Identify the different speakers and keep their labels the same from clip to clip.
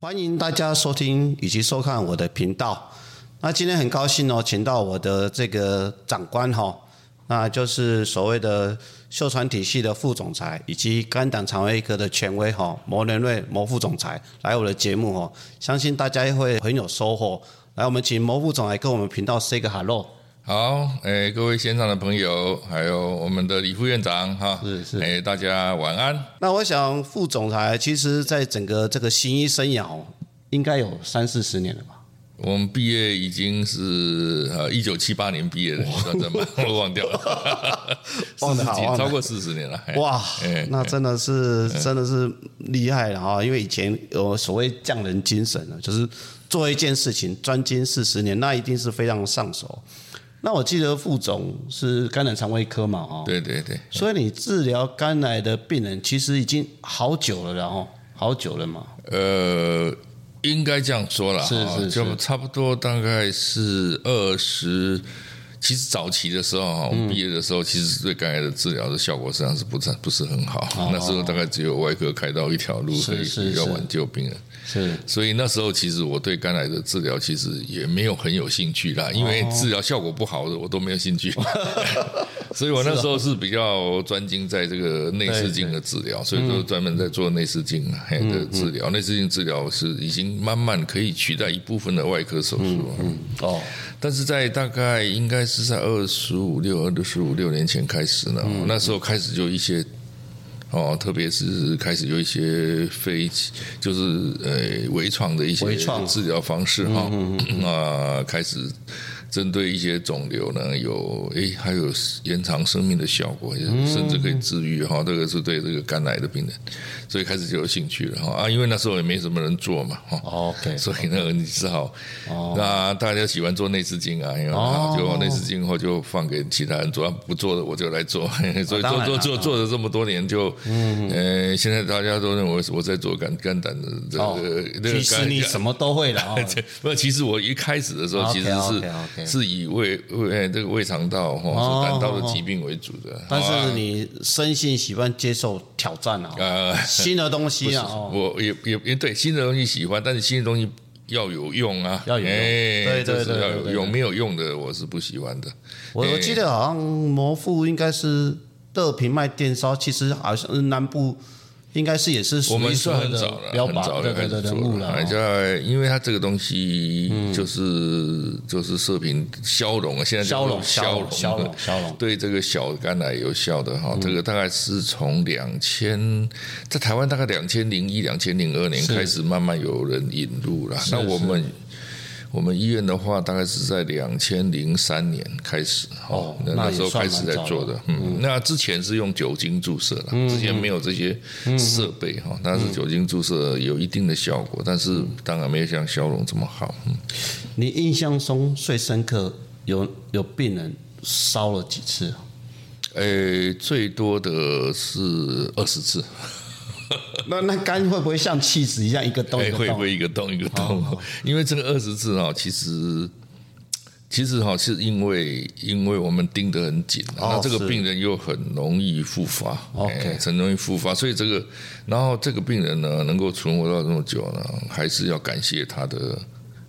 Speaker 1: 欢迎大家收听以及收看我的频道。那今天很高兴哦，请到我的这个长官哈、哦，那就是所谓的秀传体系的副总裁以及肝胆肠胃科的权威哈、哦，牟仁瑞牟副总裁来我的节目哦，相信大家会很有收获。来，我们请牟副总来跟我们频道 say 个 hello。
Speaker 2: 好，哎、各位线上的朋友，还有我们的李副院长哈，
Speaker 1: 是是
Speaker 2: 哎、大家晚安。
Speaker 1: 那我想副总裁其实在整个这个行医生涯、哦、应该有三四十年了吧？
Speaker 2: 我们毕业已经是呃一九七八年毕业的，你算算吧，我忘掉了，
Speaker 1: 忘得
Speaker 2: 40
Speaker 1: 好
Speaker 2: 几
Speaker 1: 忘得
Speaker 2: 超
Speaker 1: 好
Speaker 2: 过四十年了。哎
Speaker 1: 哇
Speaker 2: 哎，
Speaker 1: 那真的是真的是厉害了啊哈！因为以前有所谓匠人精神呢，就是做一件事情专精四十年，那一定是非常上手。那我记得副总是肝胆肠胃科嘛，哦，
Speaker 2: 对对对，
Speaker 1: 所以你治疗肝癌的病人其实已经好久了啦，然后好久了嘛，
Speaker 2: 呃，应该这样说了，
Speaker 1: 是
Speaker 2: 哈
Speaker 1: 是是
Speaker 2: 就差不多大概是二十。其实早期的时候，哈，我
Speaker 1: 嗯
Speaker 2: 们毕业的时候，其实对肝癌的治疗的效果实际上是不是不是很好。那时候大概只有外科开刀一条路可以
Speaker 1: 哦是是
Speaker 2: 比较
Speaker 1: 是
Speaker 2: 挽救病人。
Speaker 1: 是
Speaker 2: 所以那时候其实我对肝癌的治疗其实也没有很有兴趣啦，因为治疗效果不好的我都没有兴趣，所以我那时候是比较专精在这个内视镜的治疗，所以说专门在做内视镜啊嘿的治疗。内视镜治疗是已经慢慢可以取代一部分的外科手术了，
Speaker 1: 哦，
Speaker 2: 但是在大概应该是在二十五六、二十五六年前开始呢，
Speaker 1: 嗯
Speaker 2: 那时候开始就一些。哦，特别是开始有一些非就是呃微创的一些
Speaker 1: 微创嗯
Speaker 2: 治疗方式哈，那、开始针对一些肿瘤呢，有诶还有延长生命的效果，
Speaker 1: 嗯
Speaker 2: 甚至可以治愈哈、这个是对这个肝癌的病人，所以开始就有兴趣了哈、啊，因为那时候也没什么人做嘛哈、
Speaker 1: OK
Speaker 2: 所以
Speaker 1: 哦
Speaker 2: 呢，你只好，那大家喜欢做内视镜啊，因为
Speaker 1: 哦
Speaker 2: 就内视镜后就放给其他人做，啊不做的我就来做， 所
Speaker 1: 啊
Speaker 2: 以
Speaker 1: 当
Speaker 2: 做
Speaker 1: 然嗯
Speaker 2: 做
Speaker 1: 啦
Speaker 2: 做做了这么多年，就，呃，现在大家都认为我在做肝肝胆的这
Speaker 1: 哦
Speaker 2: 呃个，这
Speaker 1: 其
Speaker 2: 个
Speaker 1: 实
Speaker 2: 肝
Speaker 1: 你什么都会 了哦，
Speaker 2: 不，其实我一开始的时候
Speaker 1: OK，哦
Speaker 2: 其实是
Speaker 1: OK，OK
Speaker 2: 是以胃胃呃这个胃肠道
Speaker 1: 哦
Speaker 2: 哈胆道的疾病为主的，
Speaker 1: 但
Speaker 2: 好
Speaker 1: 是
Speaker 2: 啊
Speaker 1: 你生性喜欢接受挑战啊，哦
Speaker 2: 呃，
Speaker 1: 新的东西啊，哦。
Speaker 2: 我也也也对新的东西喜欢，但是新的东西要有用啊，
Speaker 1: 要有用
Speaker 2: 哎
Speaker 1: 对对
Speaker 2: 这是
Speaker 1: 对对
Speaker 2: 要
Speaker 1: 对
Speaker 2: 有
Speaker 1: 对
Speaker 2: 用，
Speaker 1: 对
Speaker 2: 没有用的我是不喜欢的。
Speaker 1: 我我记得好像魔父应该是乐平卖电烧，其实好像是南部应该是也是
Speaker 2: 我
Speaker 1: 属
Speaker 2: 们
Speaker 1: 于所
Speaker 2: 算
Speaker 1: 谓
Speaker 2: 很早
Speaker 1: 的
Speaker 2: 了，
Speaker 1: 标
Speaker 2: 很
Speaker 1: 靶
Speaker 2: 早
Speaker 1: 对
Speaker 2: 就开
Speaker 1: 对
Speaker 2: 始
Speaker 1: 对
Speaker 2: 做
Speaker 1: 人物了
Speaker 2: 了，
Speaker 1: 哦。
Speaker 2: 在因为它这个东西就是就是射频消融啊，现在叫
Speaker 1: 消
Speaker 2: 做
Speaker 1: 融
Speaker 2: 消
Speaker 1: 融嗯消融消融，
Speaker 2: 对这个小肝癌有效的
Speaker 1: 嗯
Speaker 2: 哈，这个大概是从两千在台湾大概两千零一、两千零二年
Speaker 1: 是
Speaker 2: 开始慢慢有人引入了。那我们我们医院的话，大概是在两千零三年开始
Speaker 1: 哦
Speaker 2: 那
Speaker 1: 那
Speaker 2: 那
Speaker 1: 也
Speaker 2: 时候
Speaker 1: 算
Speaker 2: 开始
Speaker 1: 蛮
Speaker 2: 在
Speaker 1: 早
Speaker 2: 做
Speaker 1: 的嗯
Speaker 2: 的。嗯，那之前是用酒精注射了，之前没有这些设备哈，但是酒精注射有一定的效果，但是当然没有像消融这么好。嗯
Speaker 1: 你印象中最深刻有有病人烧了几 次？
Speaker 2: 呃，最多的是二十次，
Speaker 1: 那那肝会不会像气质一样一个洞一
Speaker 2: 哎，
Speaker 1: 个哦
Speaker 2: 会
Speaker 1: 洞？
Speaker 2: 会一个洞一个洞，因为这个二十次啊，其实。其实哈，是因为因为我们盯得很紧，
Speaker 1: 哦
Speaker 2: 那这
Speaker 1: 是
Speaker 2: 个病人又很容易复发
Speaker 1: OK
Speaker 2: 哎很容易复发，所以这个，然后这个病人呢，能够存活到这么久呢，还是要感谢他的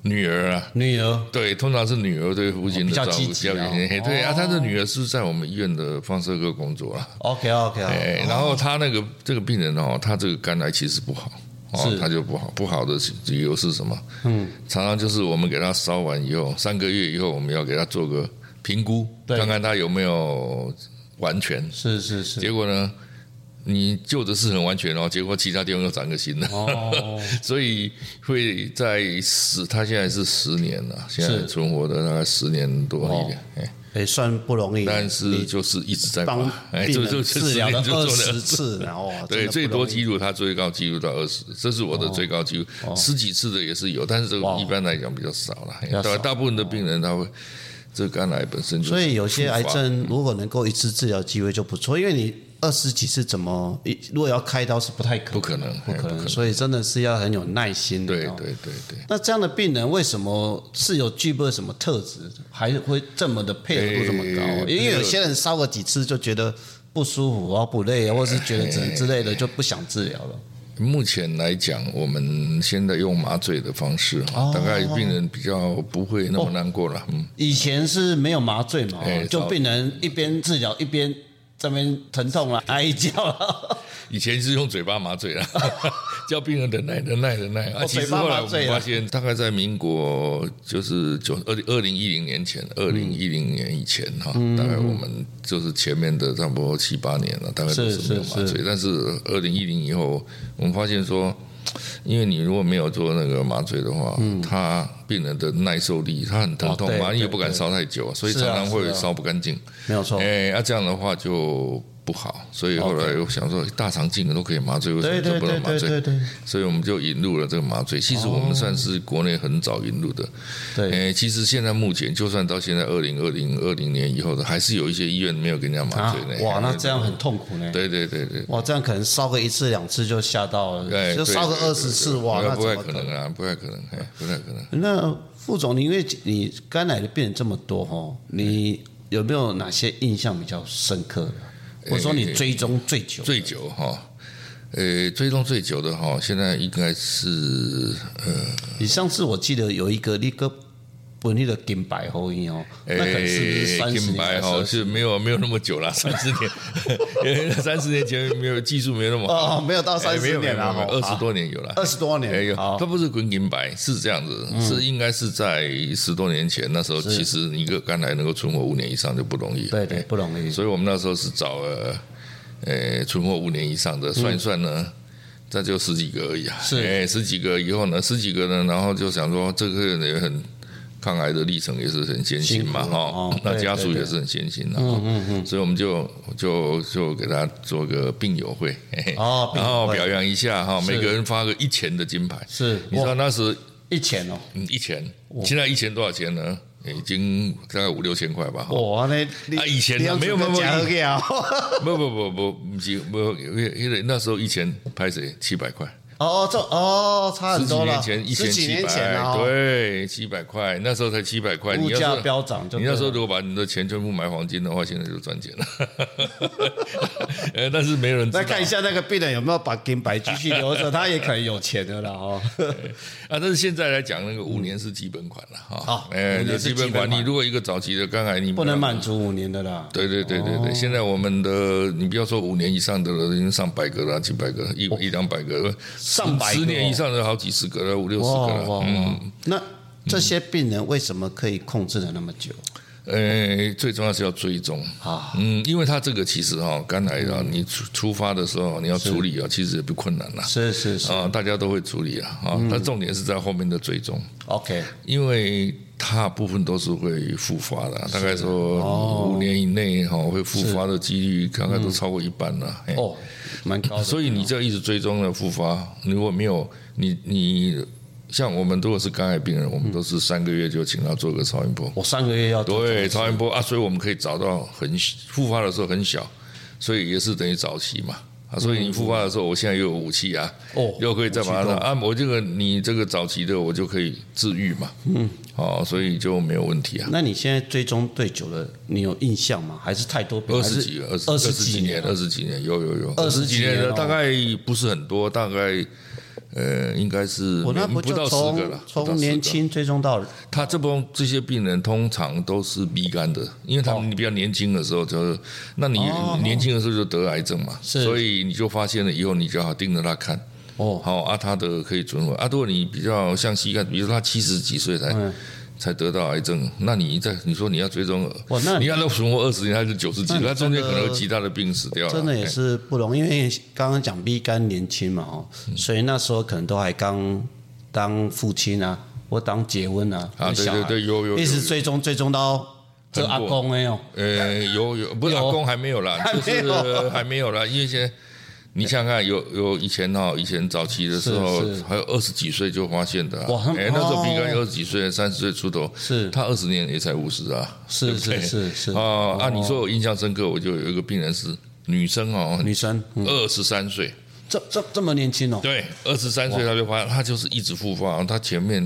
Speaker 2: 女儿啊，
Speaker 1: 女儿
Speaker 2: 对，通常是女儿对父亲
Speaker 1: 比
Speaker 2: 的
Speaker 1: 较
Speaker 2: 照顾
Speaker 1: 积
Speaker 2: 比
Speaker 1: 极
Speaker 2: 较
Speaker 1: 啊
Speaker 2: 有嘿对啊，
Speaker 1: 哦
Speaker 2: 他的女儿是在我们医院的放射科工作啊了。
Speaker 1: OK OK
Speaker 2: 哎，
Speaker 1: 啊，
Speaker 2: 然后他那个这个病人哦，他这个肝癌其实不好，哦
Speaker 1: 是，
Speaker 2: 他就不好，不好的理由是什么？嗯，常常就是我们给他烧完以后，三个月以后，我们要给他做个评估，
Speaker 1: 对
Speaker 2: 看看他有没有完全。
Speaker 1: 是是是，
Speaker 2: 结果呢，你救的是很完全哦，结果其他地方又长个新的，
Speaker 1: 哦
Speaker 2: 所以会在十，他现在是十年了，现在
Speaker 1: 是
Speaker 2: 存活的大概十年多一点，哎，
Speaker 1: 也算不容易。
Speaker 2: 但是
Speaker 1: 你
Speaker 2: 就是一直在
Speaker 1: 帮
Speaker 2: 拔，哎，
Speaker 1: 病
Speaker 2: 就
Speaker 1: 人
Speaker 2: 就
Speaker 1: 治疗了
Speaker 2: 就
Speaker 1: 二
Speaker 2: 做
Speaker 1: 十
Speaker 2: 了
Speaker 1: 次，然后
Speaker 2: 对，最多记录他最高记录到二十，这是我的最高记录，十几次的也是有，但是这个
Speaker 1: 哦哇
Speaker 2: 一般来讲比较少
Speaker 1: 较
Speaker 2: 了。
Speaker 1: 少
Speaker 2: 大大部分的病人他会，这个肝癌本身就是
Speaker 1: 所以有些癌
Speaker 2: 嗯复发，
Speaker 1: 症如果能够一次治疗机会就不错，因为你二十几次怎么一如果要开刀是不太可能，
Speaker 2: 不可能
Speaker 1: 不可
Speaker 2: 哎不可
Speaker 1: 能，
Speaker 2: 能
Speaker 1: 所以真的是要很有耐心的。
Speaker 2: 对
Speaker 1: 哦
Speaker 2: 对对对。
Speaker 1: 那这样的病人为什么是有具备什么特质，还会这么的配合度这么高？
Speaker 2: 哎
Speaker 1: 因为有些人烧个几次就觉得不舒服啊、不累啊，或是觉得怎之类的就不想治疗了。
Speaker 2: 目前来讲，我们现在用麻醉的方式，
Speaker 1: 哦
Speaker 2: 大概病人比较不会那么难过了。嗯，
Speaker 1: 以前是没有麻醉嘛，
Speaker 2: 哎
Speaker 1: 就
Speaker 2: 早
Speaker 1: 病人一边治疗一边这边疼痛了， 哀叫啊了。
Speaker 2: 以前是用嘴巴麻醉啦， 叫病人忍耐、忍耐、忍耐。啊，
Speaker 1: 哦
Speaker 2: 其
Speaker 1: 嘴
Speaker 2: 实
Speaker 1: 巴
Speaker 2: 后来
Speaker 1: 麻
Speaker 2: 我
Speaker 1: 醉
Speaker 2: 们
Speaker 1: 啦
Speaker 2: 发现，大概在民国就是九二零二零一零年前，二零一零年以前哈，
Speaker 1: 嗯
Speaker 2: 大概我们就是前面的差不多七八年了，大概都
Speaker 1: 是
Speaker 2: 是没有麻
Speaker 1: 是
Speaker 2: 醉。但是二零一零以后，我们发现说。因为你如果没有做那个麻醉的话，他病人的耐受力，他很疼
Speaker 1: 嗯哦
Speaker 2: 痛
Speaker 1: 对
Speaker 2: 嘛，你也
Speaker 1: 对
Speaker 2: 不敢
Speaker 1: 对
Speaker 2: 烧太久，所以
Speaker 1: 是
Speaker 2: 常
Speaker 1: 啊
Speaker 2: 常
Speaker 1: 是
Speaker 2: 会
Speaker 1: 啊
Speaker 2: 烧不干净。
Speaker 1: 没有错，
Speaker 2: 哎，那、这样的话就不好，所以后来我想说，大肠镜都可以麻醉，为什
Speaker 1: 对
Speaker 2: 么就
Speaker 1: 对
Speaker 2: 不
Speaker 1: 对
Speaker 2: 能麻
Speaker 1: 对对
Speaker 2: 醉？
Speaker 1: 对
Speaker 2: 所以我们就引入了这个麻醉。其实我们算是国内很早引入的。
Speaker 1: 哦
Speaker 2: 哎、
Speaker 1: 对，
Speaker 2: 其实现在目前，就算到现在二零二零二零年以后的，还是有一些医院没有给人家麻
Speaker 1: 啊
Speaker 2: 醉呢。，
Speaker 1: 哇，那这样很痛苦呢。
Speaker 2: 对对对对。
Speaker 1: 哇，这样可能烧个一次两次就吓到
Speaker 2: 哎
Speaker 1: 了，就烧个
Speaker 2: 对对
Speaker 1: 二十次，
Speaker 2: 对对
Speaker 1: 哇，那
Speaker 2: 不
Speaker 1: 怎
Speaker 2: 太
Speaker 1: 么
Speaker 2: 可能啊，不太可能，哎，不太可能。
Speaker 1: 那副总，你因为你肝癌的病人这么多哦，
Speaker 2: 哎
Speaker 1: 你有没有哪些印象比较深刻的？
Speaker 2: 哎
Speaker 1: 我说你追踪最久，
Speaker 2: 醉酒哈，呃，追踪最久的哈，现在应该是
Speaker 1: 你上次我记得有一个那个本地的金白喉音哦，那可能是不是三十
Speaker 2: 哎金
Speaker 1: 年
Speaker 2: 白
Speaker 1: 才
Speaker 2: 哈
Speaker 1: 是？
Speaker 2: 是没有没有那么久了， 三 十年，因为三十年前没有技术没有那么好，
Speaker 1: 哦，没有到
Speaker 2: 哎
Speaker 1: 三
Speaker 2: 没
Speaker 1: 十
Speaker 2: 有没有
Speaker 1: 年
Speaker 2: 没
Speaker 1: 了
Speaker 2: 有没
Speaker 1: 哦，
Speaker 2: 有二十多年有了，
Speaker 1: 二十多年，
Speaker 2: 哎有，
Speaker 1: 好嗯
Speaker 2: 它不是滚银白，是这样子，是应该是在十多年前，那时候其实一个肝癌能够存活五年以上就不容易，哎
Speaker 1: 对对，不容易，
Speaker 2: 所以我们那时候是找了，呃，存活五年以上的，算一算呢，那就十几个而已啊。
Speaker 1: 嗯是
Speaker 2: 哎，十几个以后呢，十几个呢，然后就想说，这个人也很抗癌的历程也是很艰辛嘛，
Speaker 1: 辛苦
Speaker 2: 哈
Speaker 1: 哦，
Speaker 2: 那
Speaker 1: 对
Speaker 2: 家属
Speaker 1: 对对
Speaker 2: 也是很艰辛的，嗯嗯嗯。所以我们就就就给他做个病友会，嘿嘿
Speaker 1: 哦病
Speaker 2: 然
Speaker 1: 友
Speaker 2: 后
Speaker 1: 会
Speaker 2: 表扬一下哈，
Speaker 1: 是
Speaker 2: 每个人发个一钱的金牌。
Speaker 1: 是
Speaker 2: 你知道那时
Speaker 1: 一千哦，
Speaker 2: 嗯一钱，现在一钱多少钱呢？已经大概五六千块吧，哈
Speaker 1: 哇，哦那你
Speaker 2: 哦啊以前啊
Speaker 1: 你要
Speaker 2: 没有没有
Speaker 1: 加
Speaker 2: 没有
Speaker 1: 个啊，
Speaker 2: 不不不不，不是不，因为那时候以前拍谁七百块，
Speaker 1: 哦这哦差
Speaker 2: 十
Speaker 1: 很
Speaker 2: 几
Speaker 1: 多
Speaker 2: 年
Speaker 1: 了，
Speaker 2: 前一
Speaker 1: 十几
Speaker 2: 七
Speaker 1: 年前
Speaker 2: 百
Speaker 1: 啊，，哦
Speaker 2: 对，七百块，那时候才七百块，
Speaker 1: 物
Speaker 2: 你
Speaker 1: 价
Speaker 2: 要是
Speaker 1: 飙涨就对
Speaker 2: 你
Speaker 1: 了，
Speaker 2: 那时候如果把你的钱全部买黄金的话，现在就赚钱了。 呃，但是没有人知道
Speaker 1: 再看一下那个病人有没有把金白继续留着，他也可能有钱的了哦。
Speaker 2: 啊，但是现在来讲，那个五年是基本款了哈
Speaker 1: 好，
Speaker 2: 哎，
Speaker 1: 五年
Speaker 2: 就是基本
Speaker 1: 基本
Speaker 2: 款。
Speaker 1: 款
Speaker 2: 你如果一个早期的肝癌，你
Speaker 1: 不能满足五年的啦。
Speaker 2: 对对对对
Speaker 1: 哦
Speaker 2: 对，现在我们的你不要说五年以上的了，已经上百个了，几百个，一一两百个，
Speaker 1: 哦上百个
Speaker 2: 十
Speaker 1: 哦
Speaker 2: 年以上的好几十个了，五六十
Speaker 1: 哇
Speaker 2: 个
Speaker 1: 哇
Speaker 2: 了。
Speaker 1: 哇！
Speaker 2: 嗯，
Speaker 1: 哦那这些病人为什么可以控制的那么久
Speaker 2: 呃，最重要是要追踪。
Speaker 1: 啊？嗯
Speaker 2: 嗯，因为它这个其实哈、肝癌啊，你出出发的时候你要处理啊，其实也不困难啦。
Speaker 1: 是嗯是是
Speaker 2: 啊，大家都会处理啊。啊，但重点是在后面的追踪。
Speaker 1: ，OK，
Speaker 2: 因为大部分都是会复发的，大概说
Speaker 1: 哦
Speaker 2: 五年以内哈会复发的几率，大概都超过一半了。哎嘿
Speaker 1: 哦，蛮高的。
Speaker 2: 所以你就要一直追踪了复发，如果没有你你像我们如果是肝癌病人，我们都是三个月就请他做个超音波，
Speaker 1: 我三个月要做
Speaker 2: 对，超音波啊，所以我们可以找到很复发的时候很小，所以也是等于早期嘛。啊，所以你复发的时候，我现在又有武器啊，
Speaker 1: 哦
Speaker 2: 又可以再把它按摩。这个你这个早期的，我就可以治愈嘛，嗯，哦，所以就没有问题啊。
Speaker 1: 那你现在追踪对久了，你有印象吗？还是太多病？
Speaker 2: 二十几个，
Speaker 1: 还
Speaker 2: 二
Speaker 1: 是
Speaker 2: 十
Speaker 1: 二
Speaker 2: 二
Speaker 1: 十
Speaker 2: 十几年，二十几年，有有有，
Speaker 1: 二十几年
Speaker 2: 了
Speaker 1: 哦
Speaker 2: 大概不是很多，大概呃，应该是
Speaker 1: 我那
Speaker 2: 没不
Speaker 1: 就
Speaker 2: 到十个
Speaker 1: 从
Speaker 2: 了，不到
Speaker 1: 从
Speaker 2: 10
Speaker 1: 年
Speaker 2: 个
Speaker 1: 轻追踪到
Speaker 2: 他这帮这些病人通常都是 B 肝的，因为他
Speaker 1: 哦
Speaker 2: 们比较年轻的时候就是，那你年轻的时候就得癌症嘛，
Speaker 1: 是
Speaker 2: 所以你就发现了以后，你就好盯着他看。
Speaker 1: 哦，
Speaker 2: 好啊，他的可以存活啊。如果你比较像膝盖，比如说他七十几岁才、
Speaker 1: 嗯
Speaker 2: 才得到癌症，那你在你说你要追踪，
Speaker 1: 哇那
Speaker 2: 你看他存活二十年，他是九十几
Speaker 1: 那，你
Speaker 2: 他中间
Speaker 1: 真
Speaker 2: 可
Speaker 1: 的
Speaker 2: 能有其他的病死掉了，
Speaker 1: 真的也
Speaker 2: 哎
Speaker 1: 是不容易，因为刚刚讲 B 肝年轻嘛，哦，
Speaker 2: 嗯
Speaker 1: 所以那时候可能都还刚当父亲啊，或当结婚啊，
Speaker 2: 啊
Speaker 1: 有小孩
Speaker 2: 对对对有有有
Speaker 1: 一直追踪追踪到这阿公哎呦，
Speaker 2: 呃，有有，不是
Speaker 1: 有
Speaker 2: 老公还没有啦，就
Speaker 1: 还没有
Speaker 2: 是还没有啦，因为现在你想想看，有有以前哈，以前早期的时候
Speaker 1: 是是，
Speaker 2: 还有二十几岁就发现的、啊，
Speaker 1: 哇他们
Speaker 2: 哎、那时候比干
Speaker 1: 哦
Speaker 2: 二十几岁，三十岁出头，
Speaker 1: 是
Speaker 2: 他二十年也才五十啊，
Speaker 1: 是
Speaker 2: 对
Speaker 1: 是
Speaker 2: 不对
Speaker 1: 是 是哦
Speaker 2: 啊、啊！你说我印象深刻，我就有一个病人是女生哦，
Speaker 1: 女生，嗯
Speaker 2: 二十三岁，
Speaker 1: 这这这么年轻哦，
Speaker 2: 对，二十三岁她就发，她就是一直复发，她前面
Speaker 1: 啊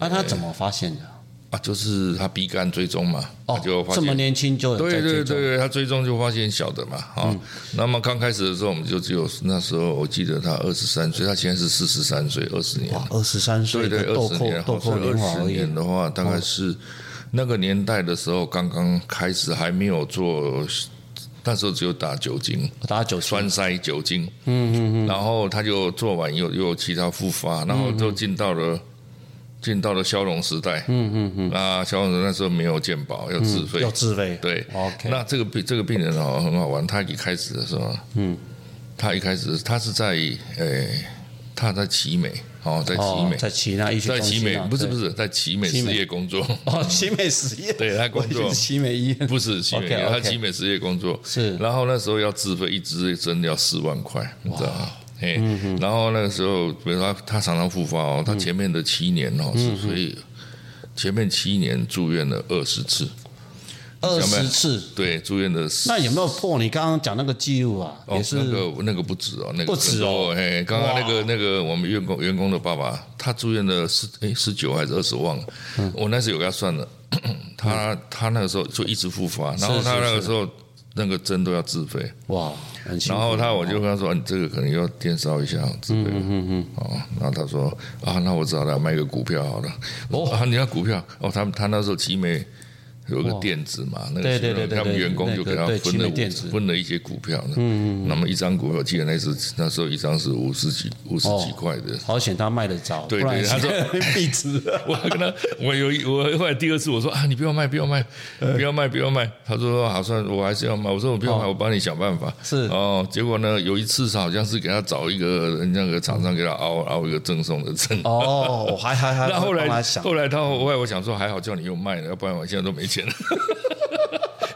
Speaker 1: 那他怎么发现的？
Speaker 2: 啊，就是他鼻肝追踪嘛，
Speaker 1: 哦
Speaker 2: 他就发
Speaker 1: 这
Speaker 2: 现
Speaker 1: 么年轻就有在
Speaker 2: 对对
Speaker 1: 追踪
Speaker 2: 对，他追踪就发现小的嘛，啊、那么刚开始的时候，我们就只有那时候，我记得他二十三岁，他现在是四十三岁，二十年，
Speaker 1: 哇，二十三岁
Speaker 2: 对对，
Speaker 1: 的
Speaker 2: 二
Speaker 1: 豆
Speaker 2: 十
Speaker 1: 蔻
Speaker 2: 年，哦
Speaker 1: 豆蔻年华
Speaker 2: 二
Speaker 1: 而
Speaker 2: 十
Speaker 1: 已
Speaker 2: 年，的话，大概是那个年代的时候，刚刚开始还没有做，那时候只有打酒精，
Speaker 1: 我打九
Speaker 2: 栓
Speaker 1: 十，
Speaker 2: 塞酒精，嗯嗯嗯嗯嗯，然后他就做完又又有其他复发，然后就进到了。进到了消融时代，嗯嗯嗯，那消融时代那时候没有健保，要自费，
Speaker 1: 要自费，
Speaker 2: 对
Speaker 1: ，OK，
Speaker 2: 那这个病这个病人哦很好玩，他一开始的时候，嗯，他一开始他是在呃他在奇美哦，在奇
Speaker 1: 哦
Speaker 2: 美，，
Speaker 1: 在奇那医学
Speaker 2: 在
Speaker 1: 中
Speaker 2: 奇
Speaker 1: 心
Speaker 2: 美
Speaker 1: 啊
Speaker 2: 不是
Speaker 1: 对
Speaker 2: 不是在奇美
Speaker 1: 奇美
Speaker 2: 实业工作，
Speaker 1: 哦，奇美实业，
Speaker 2: 对他工作
Speaker 1: 我以为是奇美医院，
Speaker 2: 不是奇美
Speaker 1: OK，OK
Speaker 2: 他奇美实业工作
Speaker 1: 是
Speaker 2: 然后那时候要自费一支针要四万块，你知道吗？哎，
Speaker 1: 嗯
Speaker 2: 然后那个时候，比如他他常常复发哦，他前面的七年哦，
Speaker 1: 嗯
Speaker 2: 是所以前面七年住院了二十次，
Speaker 1: 二
Speaker 2: 有没
Speaker 1: 十
Speaker 2: 有
Speaker 1: 次。
Speaker 2: 对，住院的
Speaker 1: 那有没有破你刚刚讲那个记录啊？
Speaker 2: 哦
Speaker 1: 也，是
Speaker 2: 那个那个不止哦，那个
Speaker 1: 不止哦
Speaker 2: 很多哎，刚刚那个
Speaker 1: 哇
Speaker 2: 那个我们员工员工的爸爸，他住院了十哎十九还是二十忘了，
Speaker 1: 嗯
Speaker 2: 我那时候有给他算了，他他那个时候就一直复发，然后
Speaker 1: 是
Speaker 2: 他那
Speaker 1: 是
Speaker 2: 个时候那个针都要自费，
Speaker 1: 哇，很辛
Speaker 2: 然
Speaker 1: 苦哦
Speaker 2: 后他我就跟他说，啊你这个可能要电烧一下自费，嗯嗯哦，然后他说啊，那我知道了，买个股票好了，哦啊，你要股票哦，他们他那时候奇美。有个电子嘛，那
Speaker 1: 对
Speaker 2: 个
Speaker 1: 对对对
Speaker 2: 他们
Speaker 1: 对
Speaker 2: 员工
Speaker 1: 那
Speaker 2: 就
Speaker 1: 个
Speaker 2: 给他
Speaker 1: 对
Speaker 2: 分
Speaker 1: 奇美
Speaker 2: 了
Speaker 1: 电
Speaker 2: 五
Speaker 1: 子
Speaker 2: 分了一些股票，嗯嗯，那么一张股票，我记得那时那时候一张是五十几五十
Speaker 1: 哦
Speaker 2: 几块的。
Speaker 1: 好险他卖得早，
Speaker 2: 对
Speaker 1: 不然
Speaker 2: 对他说
Speaker 1: 壁纸
Speaker 2: 我跟他，我有一我后来第二次我说啊，你不要卖，不要卖，
Speaker 1: 呃
Speaker 2: 不要卖，不要卖。他说好算，我还是要卖。我说我不要卖，我帮你想办法。
Speaker 1: 哦是
Speaker 2: 哦，结果呢，有一次是好像是给他找一个那个厂商给他熬熬一个赠送的赠。
Speaker 1: 哦，我还还还
Speaker 2: 那后
Speaker 1: 帮他
Speaker 2: 来
Speaker 1: 想
Speaker 2: 后来他后来我想说还好叫你又卖了，要不然我现在都没钱了。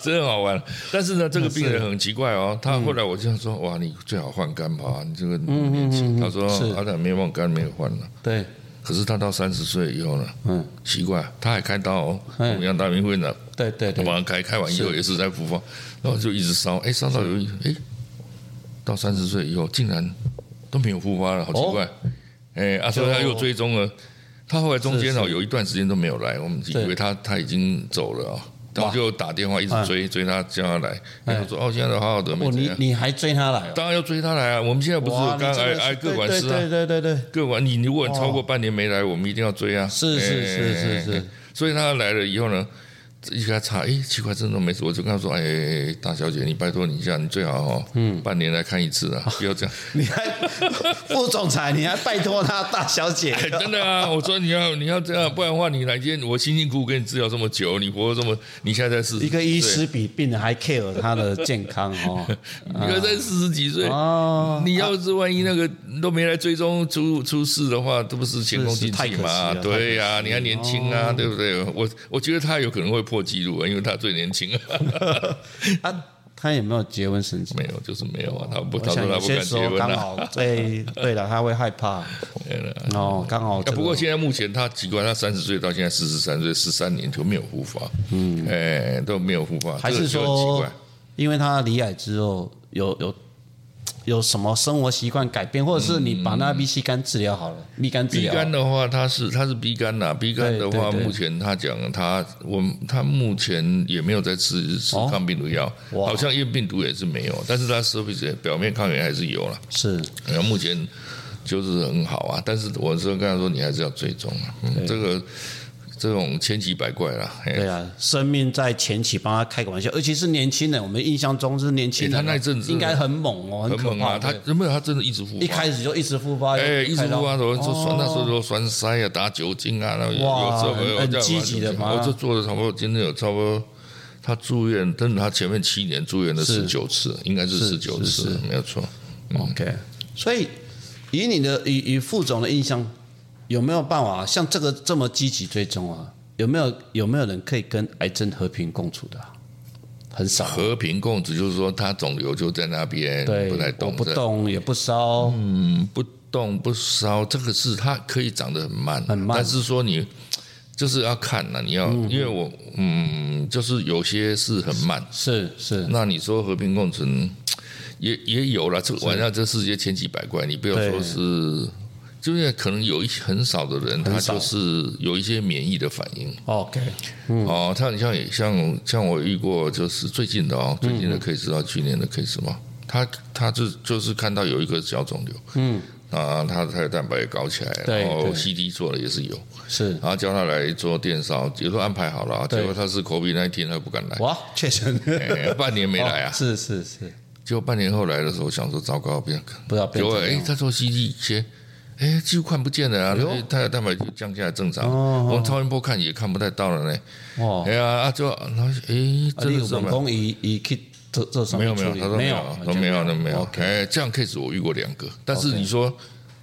Speaker 2: 真的很好玩，但是呢，这个病人很奇怪哦。他
Speaker 1: 嗯
Speaker 2: 后来我就说：“哇，你最好换肝吧，你这个年轻。”他说
Speaker 1: 是：“
Speaker 2: 阿展没忘肝没有换了。
Speaker 1: 对，”
Speaker 2: 可是他到三十岁以后呢，
Speaker 1: 嗯，
Speaker 2: 奇怪，他还开刀哦，我
Speaker 1: 嗯
Speaker 2: 们杨大明会长
Speaker 1: 对对对，
Speaker 2: 晚上开开完以后也是在复发，然后就一直烧，哎，烧到有一哎，到三十岁以后竟然都没有复发了，好奇怪，哎、啊，所以他又追踪了，他后来中间哦有一段时间都没有来，我们以
Speaker 1: 对
Speaker 2: 为他他已经走了啊、然后就打电话一直追追他，叫他来。
Speaker 1: 哎
Speaker 2: 他说：“嗯哦，现在都好好的，没
Speaker 1: 哦，
Speaker 2: 怎
Speaker 1: 你
Speaker 2: 样。
Speaker 1: 你还追他来”哦？
Speaker 2: 当然要追他来啊！我们现在不是
Speaker 1: 哇，
Speaker 2: 有
Speaker 1: 你
Speaker 2: 肝
Speaker 1: 真的
Speaker 2: 癌
Speaker 1: 是
Speaker 2: 癌
Speaker 1: 对
Speaker 2: 各管
Speaker 1: 对
Speaker 2: 师啊，
Speaker 1: 对对对 对，
Speaker 2: 各管你如果你超过半年没来，我们一定要追啊！
Speaker 1: 哦是是是是是
Speaker 2: 哎所以他来了以后呢，一给他查，哎，奇怪，真的没事，我就跟他说，哎，大小姐，你拜托你一下，你最好哦，嗯，半年来看一次 啊，不要这样。
Speaker 1: 你还副总裁，你还拜托他大小姐，
Speaker 2: 哎真的啊，我说你要你要这样，不然的话，你来今天我辛辛苦苦给你治疗这么久，你活这么，你现在才四十，
Speaker 1: 一个医师，比病人还 care 他的健康哦。
Speaker 2: 一个才四十几岁。
Speaker 1: 哦，
Speaker 2: 你要是万一那个都没来追踪出出事的话，这不是前功
Speaker 1: 是
Speaker 2: 尽
Speaker 1: 是太
Speaker 2: 弃
Speaker 1: 可惜
Speaker 2: 嘛？
Speaker 1: 了哦
Speaker 2: 对呀、你还年轻啊，对不对？我我觉得他有可能会破纪录啊，因为他最年轻啊。
Speaker 1: 他啊他有没有结婚神经？
Speaker 2: 没有，就是没有啊，他不，
Speaker 1: 我
Speaker 2: 他
Speaker 1: 想
Speaker 2: 说他
Speaker 1: 有
Speaker 2: 不
Speaker 1: 些
Speaker 2: 敢
Speaker 1: 时
Speaker 2: 结
Speaker 1: 候
Speaker 2: 婚
Speaker 1: 刚
Speaker 2: 啊。
Speaker 1: 好 对对了，他会害怕
Speaker 2: 对了
Speaker 1: 哦，刚好
Speaker 2: 啊
Speaker 1: 这个
Speaker 2: 不过现在目前他奇怪，他三十岁到现在四十三岁，十三年就没有护发，嗯，哎，都没有护发，
Speaker 1: 还
Speaker 2: 这
Speaker 1: 是
Speaker 2: 个就很奇
Speaker 1: 说
Speaker 2: 怪。，
Speaker 1: 因为他离癌之后有有有什么生活习惯改变，或者是你把那 B C 肝治疗好了，蜜肝治
Speaker 2: 嗯鼻
Speaker 1: 疗，
Speaker 2: 肝的话，它是它是鼻肝呐，鼻肝的话，
Speaker 1: 对对对
Speaker 2: 目前他讲他我他目前也没有在吃吃
Speaker 1: 哦
Speaker 2: 抗病毒药，
Speaker 1: 哇
Speaker 2: 好像咽病毒也是没有，但是他 surface 表面抗原还是有了，
Speaker 1: 是
Speaker 2: 然后目前就是很好啊，但是我是跟他说你还是要追踪啊，嗯、这个这种千奇百怪啦，哎
Speaker 1: 对啊，生命在前期帮他开个玩笑，尤其是年轻人，我们印象中是年轻人啊，
Speaker 2: 哎诶他那一阵子
Speaker 1: 应该很猛哦，
Speaker 2: 很
Speaker 1: 可
Speaker 2: 猛
Speaker 1: 怕
Speaker 2: 啊，他
Speaker 1: 对
Speaker 2: 没有他真的一直复发，啊
Speaker 1: 一开始就一直复发，
Speaker 2: 哎，一直
Speaker 1: 开
Speaker 2: 不
Speaker 1: 刀
Speaker 2: 发抖，就
Speaker 1: 哦
Speaker 2: 酸，那时候就栓塞啊，打酒精啊，那有有
Speaker 1: 哇
Speaker 2: 时候
Speaker 1: 很
Speaker 2: 有
Speaker 1: 很
Speaker 2: 这样
Speaker 1: 积极的嘛
Speaker 2: 我就做了差不多，今天有差不多。他住院，但是他前面七年住院了
Speaker 1: 是
Speaker 2: 十九次，应该是
Speaker 1: 是
Speaker 2: 十九
Speaker 1: 是
Speaker 2: 次，没有错。
Speaker 1: OK，所以以你的以以副总的印象，有没有办法像这个这么积极追踪啊？有没有有没有人可以跟癌症和平共处的啊、很少，
Speaker 2: 和平共处就是说，他肿瘤就在那边，
Speaker 1: 对，
Speaker 2: 不太
Speaker 1: 我
Speaker 2: 动，
Speaker 1: 不动也不烧，
Speaker 2: 嗯，不动不烧，这个是它可以长得很慢，
Speaker 1: 很慢嗯
Speaker 2: 但是说你就是要看呐、啊你要，因为我嗯，就是有些是很慢，
Speaker 1: 是是，
Speaker 2: 那你说和平共存，也也有了。这个晚上这世界千奇百怪，你不要说是就是可能有一些很少的人，他
Speaker 1: 很少
Speaker 2: 就是有一些免疫的反应。
Speaker 1: OK，嗯
Speaker 2: 哦，他你像也像像我遇过，就是最近的哦，最近
Speaker 1: 嗯
Speaker 2: 的 case 到去年的 case 嘛，他他就就是看到有一个小肿瘤，嗯，啊，他他的蛋白也搞起来，
Speaker 1: 对
Speaker 2: 然后
Speaker 1: 对
Speaker 2: CT 做了也是有，
Speaker 1: 是
Speaker 2: 然后叫他来做电烧，也都安排好了啊，
Speaker 1: 对
Speaker 2: 结果他是 COVID 那一天他不敢来，
Speaker 1: 哇，确诊
Speaker 2: 哎半年没来啊
Speaker 1: 哦，是是是，
Speaker 2: 结果半年后来的时候，我想说糟糕，不要看，
Speaker 1: 不知道变
Speaker 2: 结果
Speaker 1: 怎样
Speaker 2: 哎，他做 CT 切，哎，几乎看不见了啊，那他的蛋白就降下来正常，我们超音波看也看不太到了呢。
Speaker 1: 哦
Speaker 2: 哎，呀，啊，就然后哎，
Speaker 1: 啊你
Speaker 2: 真的
Speaker 1: 有
Speaker 2: 是
Speaker 1: 本
Speaker 2: 蛮
Speaker 1: 宫以以去做做什么
Speaker 2: 没有没有，
Speaker 1: 处理
Speaker 2: 他说
Speaker 1: 没
Speaker 2: 有，都没有都没有。
Speaker 1: OK，
Speaker 2: 哎，这样 case 我遇过两个，但是你说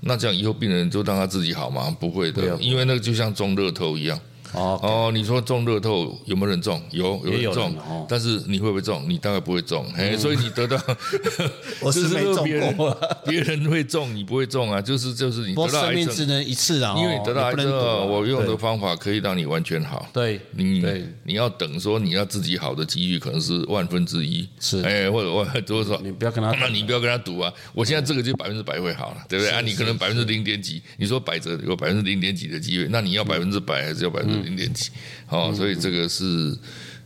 Speaker 2: 那这样以后病人就让他自己好吗？不会
Speaker 1: 不要
Speaker 2: 的，
Speaker 1: 不
Speaker 2: 因为那个就像中乐透一样。
Speaker 1: 哦
Speaker 2: 哦，你说中乐透有没有人中？有，有
Speaker 1: 也有
Speaker 2: 人
Speaker 1: 人
Speaker 2: 中
Speaker 1: 哦，嗯
Speaker 2: 但是你会不会中？你大概不会中，哎，所以你 得到
Speaker 1: 我是
Speaker 2: 就是
Speaker 1: 没
Speaker 2: 说
Speaker 1: 中
Speaker 2: 别人
Speaker 1: 过啊，
Speaker 2: 别人会中，你不会中啊，就是就是你
Speaker 1: 不过
Speaker 2: 得到
Speaker 1: 生
Speaker 2: 癌
Speaker 1: 命
Speaker 2: 症
Speaker 1: 只，能一次啊，
Speaker 2: 因为你得到
Speaker 1: 哦
Speaker 2: 癌
Speaker 1: 不
Speaker 2: 症
Speaker 1: 能赌啊，
Speaker 2: 我用的方法可以让你完全好。
Speaker 1: 对对
Speaker 2: 你
Speaker 1: 对
Speaker 2: 你要等说你要自己好的机遇可能是万分之一，
Speaker 1: 是
Speaker 2: 哎，或者万多少，
Speaker 1: 你不要跟他赌
Speaker 2: 那你不要跟他赌啊！我现在这个就百分之百会好了，对不对啊？你可能百分之零点几，你说百折有百分之零点几的机会，那你要
Speaker 1: 嗯
Speaker 2: 百分之百还是要百分之零点几？哦，所以这个是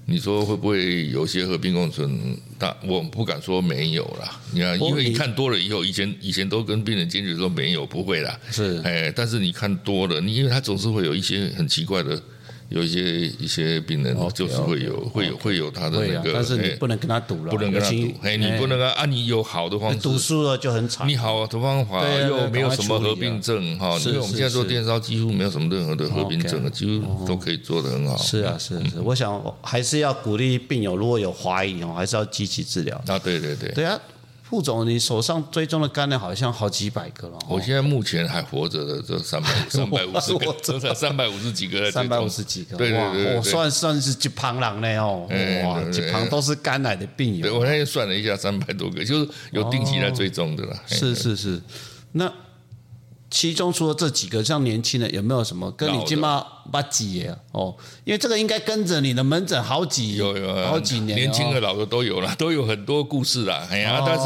Speaker 2: 你说会不会有些合并共存？但我不敢说没有啦，你看，
Speaker 1: 哦
Speaker 2: 因为
Speaker 1: 你
Speaker 2: 你看多了以后，以前以前都跟病人坚决说没有，不会啦，
Speaker 1: 是
Speaker 2: 哎，但是你看多了，你因为他总是会有一些很奇怪的。有一些一些病人
Speaker 1: OK，
Speaker 2: 就是会有会有会有他的
Speaker 1: 对
Speaker 2: 那
Speaker 1: 啊
Speaker 2: 个，，
Speaker 1: 但是你
Speaker 2: 哎
Speaker 1: 不能跟他赌了，
Speaker 2: 不能跟他
Speaker 1: 尤其
Speaker 2: 赌，哎，你不能啊，啊你有好的方
Speaker 1: 哎
Speaker 2: 式，
Speaker 1: 赌输了就很惨
Speaker 2: 你，好的方法
Speaker 1: 对啊对啊
Speaker 2: 又没有什么合并症哈，
Speaker 1: 是
Speaker 2: 因为我们现在做
Speaker 1: 是是
Speaker 2: 电烧几乎没有什么任何的合并症了，啊几乎都可以做得很好。
Speaker 1: 是啊是啊是啊，我想还是要鼓励病友，如果有怀疑哦，还是要积极治疗。
Speaker 2: 啊，对对对，
Speaker 1: 对啊，副总，你手上追踪的肝癌好像好几百个了哦，
Speaker 2: 我现在目前还活着的这三百 三百五十个，这才三百五十几个，
Speaker 1: 三百五十几个，
Speaker 2: 对对
Speaker 1: 哇
Speaker 2: 对对
Speaker 1: 我算算是几旁人呢哦，
Speaker 2: 哎
Speaker 1: 哇，
Speaker 2: 对
Speaker 1: 几
Speaker 2: 对
Speaker 1: 旁都是肝癌的病
Speaker 2: 对
Speaker 1: 友，
Speaker 2: 我那天算了一下，三百多 个，就是有定期来追踪的啦。嘿
Speaker 1: 哦是是是，那。其中除了这几个，像年轻人有没有什么跟
Speaker 2: 老
Speaker 1: 你
Speaker 2: 的
Speaker 1: 金妈八几耶哦？因为这个应该跟着你的门诊好几
Speaker 2: 有有有
Speaker 1: 好几年了哦，哦
Speaker 2: 年轻的老的都有了，都有很多故事啦。哎呀，但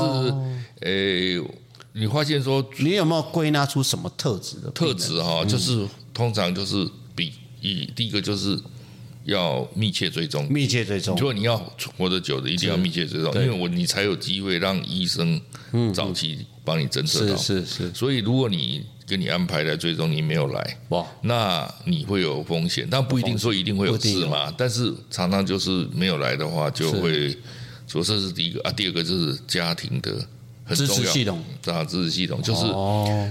Speaker 2: 是呃，你发现说
Speaker 1: 你有没有归纳出什么特质的病
Speaker 2: 特
Speaker 1: 人？
Speaker 2: 质哈、就是通常就是比以第一个就是要密切追踪。
Speaker 1: 密切追踪
Speaker 2: 如，果你要活得久的，一定要密切追踪，因
Speaker 1: 嗯对嗯
Speaker 2: 为我你才有机会让医生早期帮你侦测
Speaker 1: 是
Speaker 2: 到。
Speaker 1: 是是，
Speaker 2: 所以，如果你给你安排来追踪，你没有来，
Speaker 1: 哇，
Speaker 2: 那你会有风险，但不一定说一定会有事嘛。但是常常就是没有来的话，就会说这是第一个啊，第二个就是家庭的很
Speaker 1: 支
Speaker 2: 重
Speaker 1: 持
Speaker 2: 要
Speaker 1: 系统
Speaker 2: 啊，支持系统就是
Speaker 1: 哦，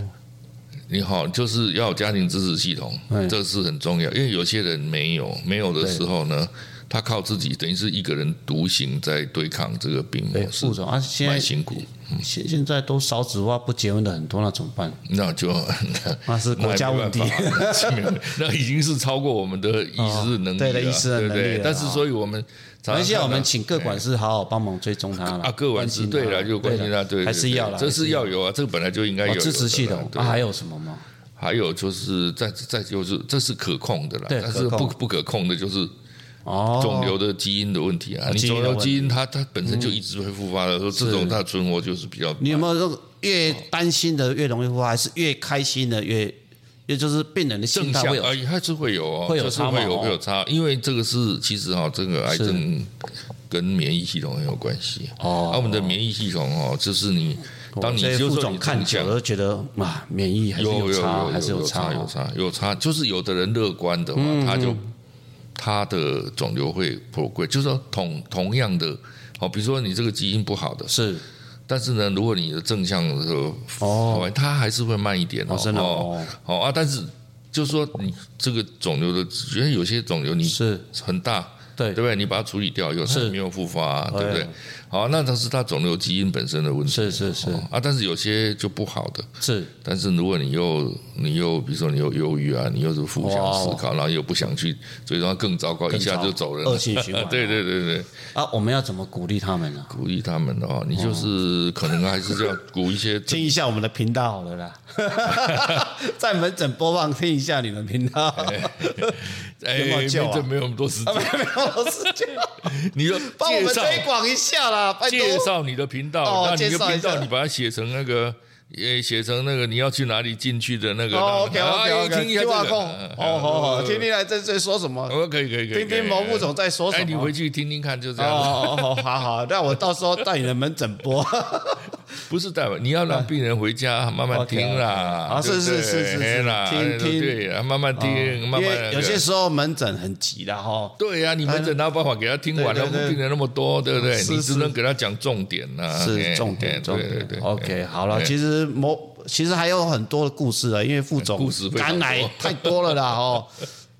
Speaker 2: 你好，就是要有家庭支持系统
Speaker 1: 嗯，
Speaker 2: 这是很重要。因为有些人没有，没有的时候呢，他靠自己，等于是一个人独行在对抗这个病
Speaker 1: 对，
Speaker 2: 魔，是
Speaker 1: 副总啊，现在
Speaker 2: 蛮辛苦。
Speaker 1: 现现在都少子化不结婚的很多，那怎么办？
Speaker 2: 那就
Speaker 1: 那啊是国家问题
Speaker 2: 那没办法没有那已经是超过我们的医师能力了，
Speaker 1: 哦对的
Speaker 2: 对
Speaker 1: 医师的
Speaker 2: 不
Speaker 1: 能力
Speaker 2: 对
Speaker 1: 了哦
Speaker 2: 但是，所以我们常
Speaker 1: 而
Speaker 2: 常
Speaker 1: 且
Speaker 2: 看到
Speaker 1: 我们请各管事好好帮忙追踪他了
Speaker 2: 啊，各管
Speaker 1: 啊关
Speaker 2: 师
Speaker 1: 心他
Speaker 2: 对了，就关心他，
Speaker 1: 啦
Speaker 2: 对，对
Speaker 1: 还是
Speaker 2: 对
Speaker 1: 要了，
Speaker 2: 这是
Speaker 1: 还
Speaker 2: 要有啊，这个本来就应该
Speaker 1: 哦
Speaker 2: 有
Speaker 1: 支持系
Speaker 2: 有的啦
Speaker 1: 统
Speaker 2: 对
Speaker 1: 啊，还有什么吗？
Speaker 2: 还有就是再再就是这是可控的啦，
Speaker 1: 对
Speaker 2: 但是
Speaker 1: 可
Speaker 2: 不
Speaker 1: 控
Speaker 2: 不可控的就是
Speaker 1: 哦，
Speaker 2: 肿瘤的基因的问题啊，你
Speaker 1: 基因的
Speaker 2: 肿瘤
Speaker 1: 问题嗯
Speaker 2: 基因它它本身就一直会复发的，说这种它的存活就是比较
Speaker 1: 你有没有那个越担心的越容易复发，还是越开心的越越就是病人的
Speaker 2: 正
Speaker 1: 心态
Speaker 2: 向哎
Speaker 1: 会有
Speaker 2: 而已，还是会有哦，
Speaker 1: 会有
Speaker 2: 就是
Speaker 1: 差嘛
Speaker 2: 会有
Speaker 1: 哦
Speaker 2: 会有差，因为这个是其实哈，这个癌
Speaker 1: 是
Speaker 2: 症跟免疫系统很有关系
Speaker 1: 哦
Speaker 2: 啊我们的免疫系统哦，就是你当你
Speaker 1: 所以
Speaker 2: 就
Speaker 1: 副
Speaker 2: 说
Speaker 1: 总
Speaker 2: 你
Speaker 1: 看
Speaker 2: 正
Speaker 1: 久
Speaker 2: 向
Speaker 1: 了。就觉得啊，免疫还是
Speaker 2: 有
Speaker 1: 差，
Speaker 2: 有
Speaker 1: 还是
Speaker 2: 有
Speaker 1: 差
Speaker 2: 有
Speaker 1: 哦，嗯
Speaker 2: 差有差，就是有的人乐观的话，他就他的肿瘤会破溃，就是说同同样的，哦，比如说你这个基因不好的，
Speaker 1: 是
Speaker 2: 但是呢，如果你的正向的时候，
Speaker 1: 哦，
Speaker 2: 它还是会慢一点
Speaker 1: 哦真的
Speaker 2: 哦
Speaker 1: 哦
Speaker 2: 哦啊，但是就是说你这个肿瘤的，因为有些肿瘤你
Speaker 1: 是
Speaker 2: 很大。
Speaker 1: 对
Speaker 2: 对不对？你把它处理掉以后，它
Speaker 1: 是
Speaker 2: 没有复发、啊
Speaker 1: 哎
Speaker 2: 对不对？好，那它是它肿瘤基因本身的问题。
Speaker 1: 是是是
Speaker 2: 哦啊，但是有些就不好的，
Speaker 1: 是
Speaker 2: 但是如果你又你又比如说你又忧郁啊，你又是负向思考，然后又不想去，所以说更糟糕，一
Speaker 1: 哦更糟
Speaker 2: 下就走人了，
Speaker 1: 恶性循环
Speaker 2: 对对对对，
Speaker 1: 啊，我们要怎么鼓励他们呢？
Speaker 2: 鼓励他们哦，你就是可能还是要鼓一些
Speaker 1: 听一下我们的频道好了 啦，在门诊播放听一下你们频道，
Speaker 2: 哎，
Speaker 1: 有没有救啊
Speaker 2: 这没有那么多时 间，
Speaker 1: 没有时间，
Speaker 2: 你就
Speaker 1: 帮我
Speaker 2: 介
Speaker 1: 们
Speaker 2: 绍
Speaker 1: 推广一下啦，拜托
Speaker 2: 介。绍你的频道，
Speaker 1: 哦
Speaker 2: 那你
Speaker 1: 介
Speaker 2: 的
Speaker 1: 绍一
Speaker 2: 频
Speaker 1: 下
Speaker 2: 道你把它写成那个也写成那个你要去哪里进去的那个。
Speaker 1: 哦，OK
Speaker 2: 那
Speaker 1: OK
Speaker 2: 啊
Speaker 1: OK，
Speaker 2: 听一下这
Speaker 1: 计划
Speaker 2: 个
Speaker 1: 控
Speaker 2: 嗯，
Speaker 1: 哦，好好，
Speaker 2: 嗯
Speaker 1: 听听来这这说什么？
Speaker 2: 哦，可以可以可以，
Speaker 1: 听听毛副总在说什
Speaker 2: 哎，
Speaker 1: 么。
Speaker 2: 你回去听听看，就这
Speaker 1: 哦
Speaker 2: 样。
Speaker 1: 哦哦，好好，那我到时候到你的门诊 播。
Speaker 2: 不是代表你要让病人回家慢慢听啦，
Speaker 1: 哦啊
Speaker 2: 对不对
Speaker 1: 是是是是
Speaker 2: 嘿啦，
Speaker 1: 听听
Speaker 2: 哎
Speaker 1: 哦
Speaker 2: 对，啊慢慢听，慢
Speaker 1: 因
Speaker 2: 慢
Speaker 1: 为有些时候门诊很急的哈。
Speaker 2: 对呀、你们怎哪有办法给他听完
Speaker 1: 对
Speaker 2: 了？
Speaker 1: 对对
Speaker 2: 病人那么多，对不对？
Speaker 1: 是
Speaker 2: 你
Speaker 1: 是
Speaker 2: 只能给他讲重点呐，
Speaker 1: 是
Speaker 2: 嘿
Speaker 1: 重
Speaker 2: 嘿
Speaker 1: 点，重
Speaker 2: 对
Speaker 1: 点
Speaker 2: 对对。。
Speaker 1: OK，好了，
Speaker 2: 哎
Speaker 1: 其实某其实还有很多的故事啊，因为副总
Speaker 2: 故事非常
Speaker 1: 肝癌
Speaker 2: 多
Speaker 1: 太多了啦哦。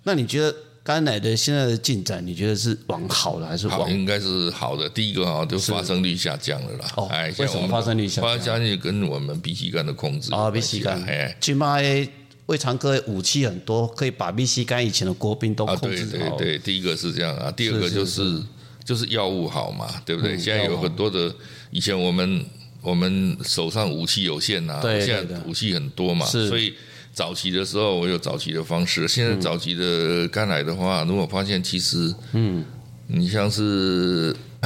Speaker 1: 那你觉得肝癌的现在的进展，你觉得是往好了还是
Speaker 2: 好，
Speaker 1: 往？
Speaker 2: 应该是好的。第一个啊，就发生率下降了啦。
Speaker 1: 哦
Speaker 2: 哎，
Speaker 1: 为什么
Speaker 2: 像我们
Speaker 1: 发生率下降
Speaker 2: 发生率跟我们鼻息肝的控制
Speaker 1: 啊，
Speaker 2: 有
Speaker 1: 密
Speaker 2: 关
Speaker 1: 西
Speaker 2: 系啦
Speaker 1: 干
Speaker 2: 哎，，
Speaker 1: 去妈的胃肠科的武器很多，可以把密西干以前的国病都
Speaker 2: 啊，
Speaker 1: 控
Speaker 2: 对
Speaker 1: 制
Speaker 2: 对
Speaker 1: 好。
Speaker 2: 对，第一个是这样啊，第二个
Speaker 1: 是
Speaker 2: 就是是就是药物好嘛，对不对？
Speaker 1: 嗯
Speaker 2: 现在
Speaker 1: 药物
Speaker 2: 有
Speaker 1: 好
Speaker 2: 很多的，以前我们我们手上武器有限呐、
Speaker 1: 对对
Speaker 2: 现
Speaker 1: 对
Speaker 2: 在武器很多嘛，
Speaker 1: 是嗯
Speaker 2: 所以。早期的时候，我有早期的方式。现在早期的肝癌的话，如果发现其实，嗯，你像是，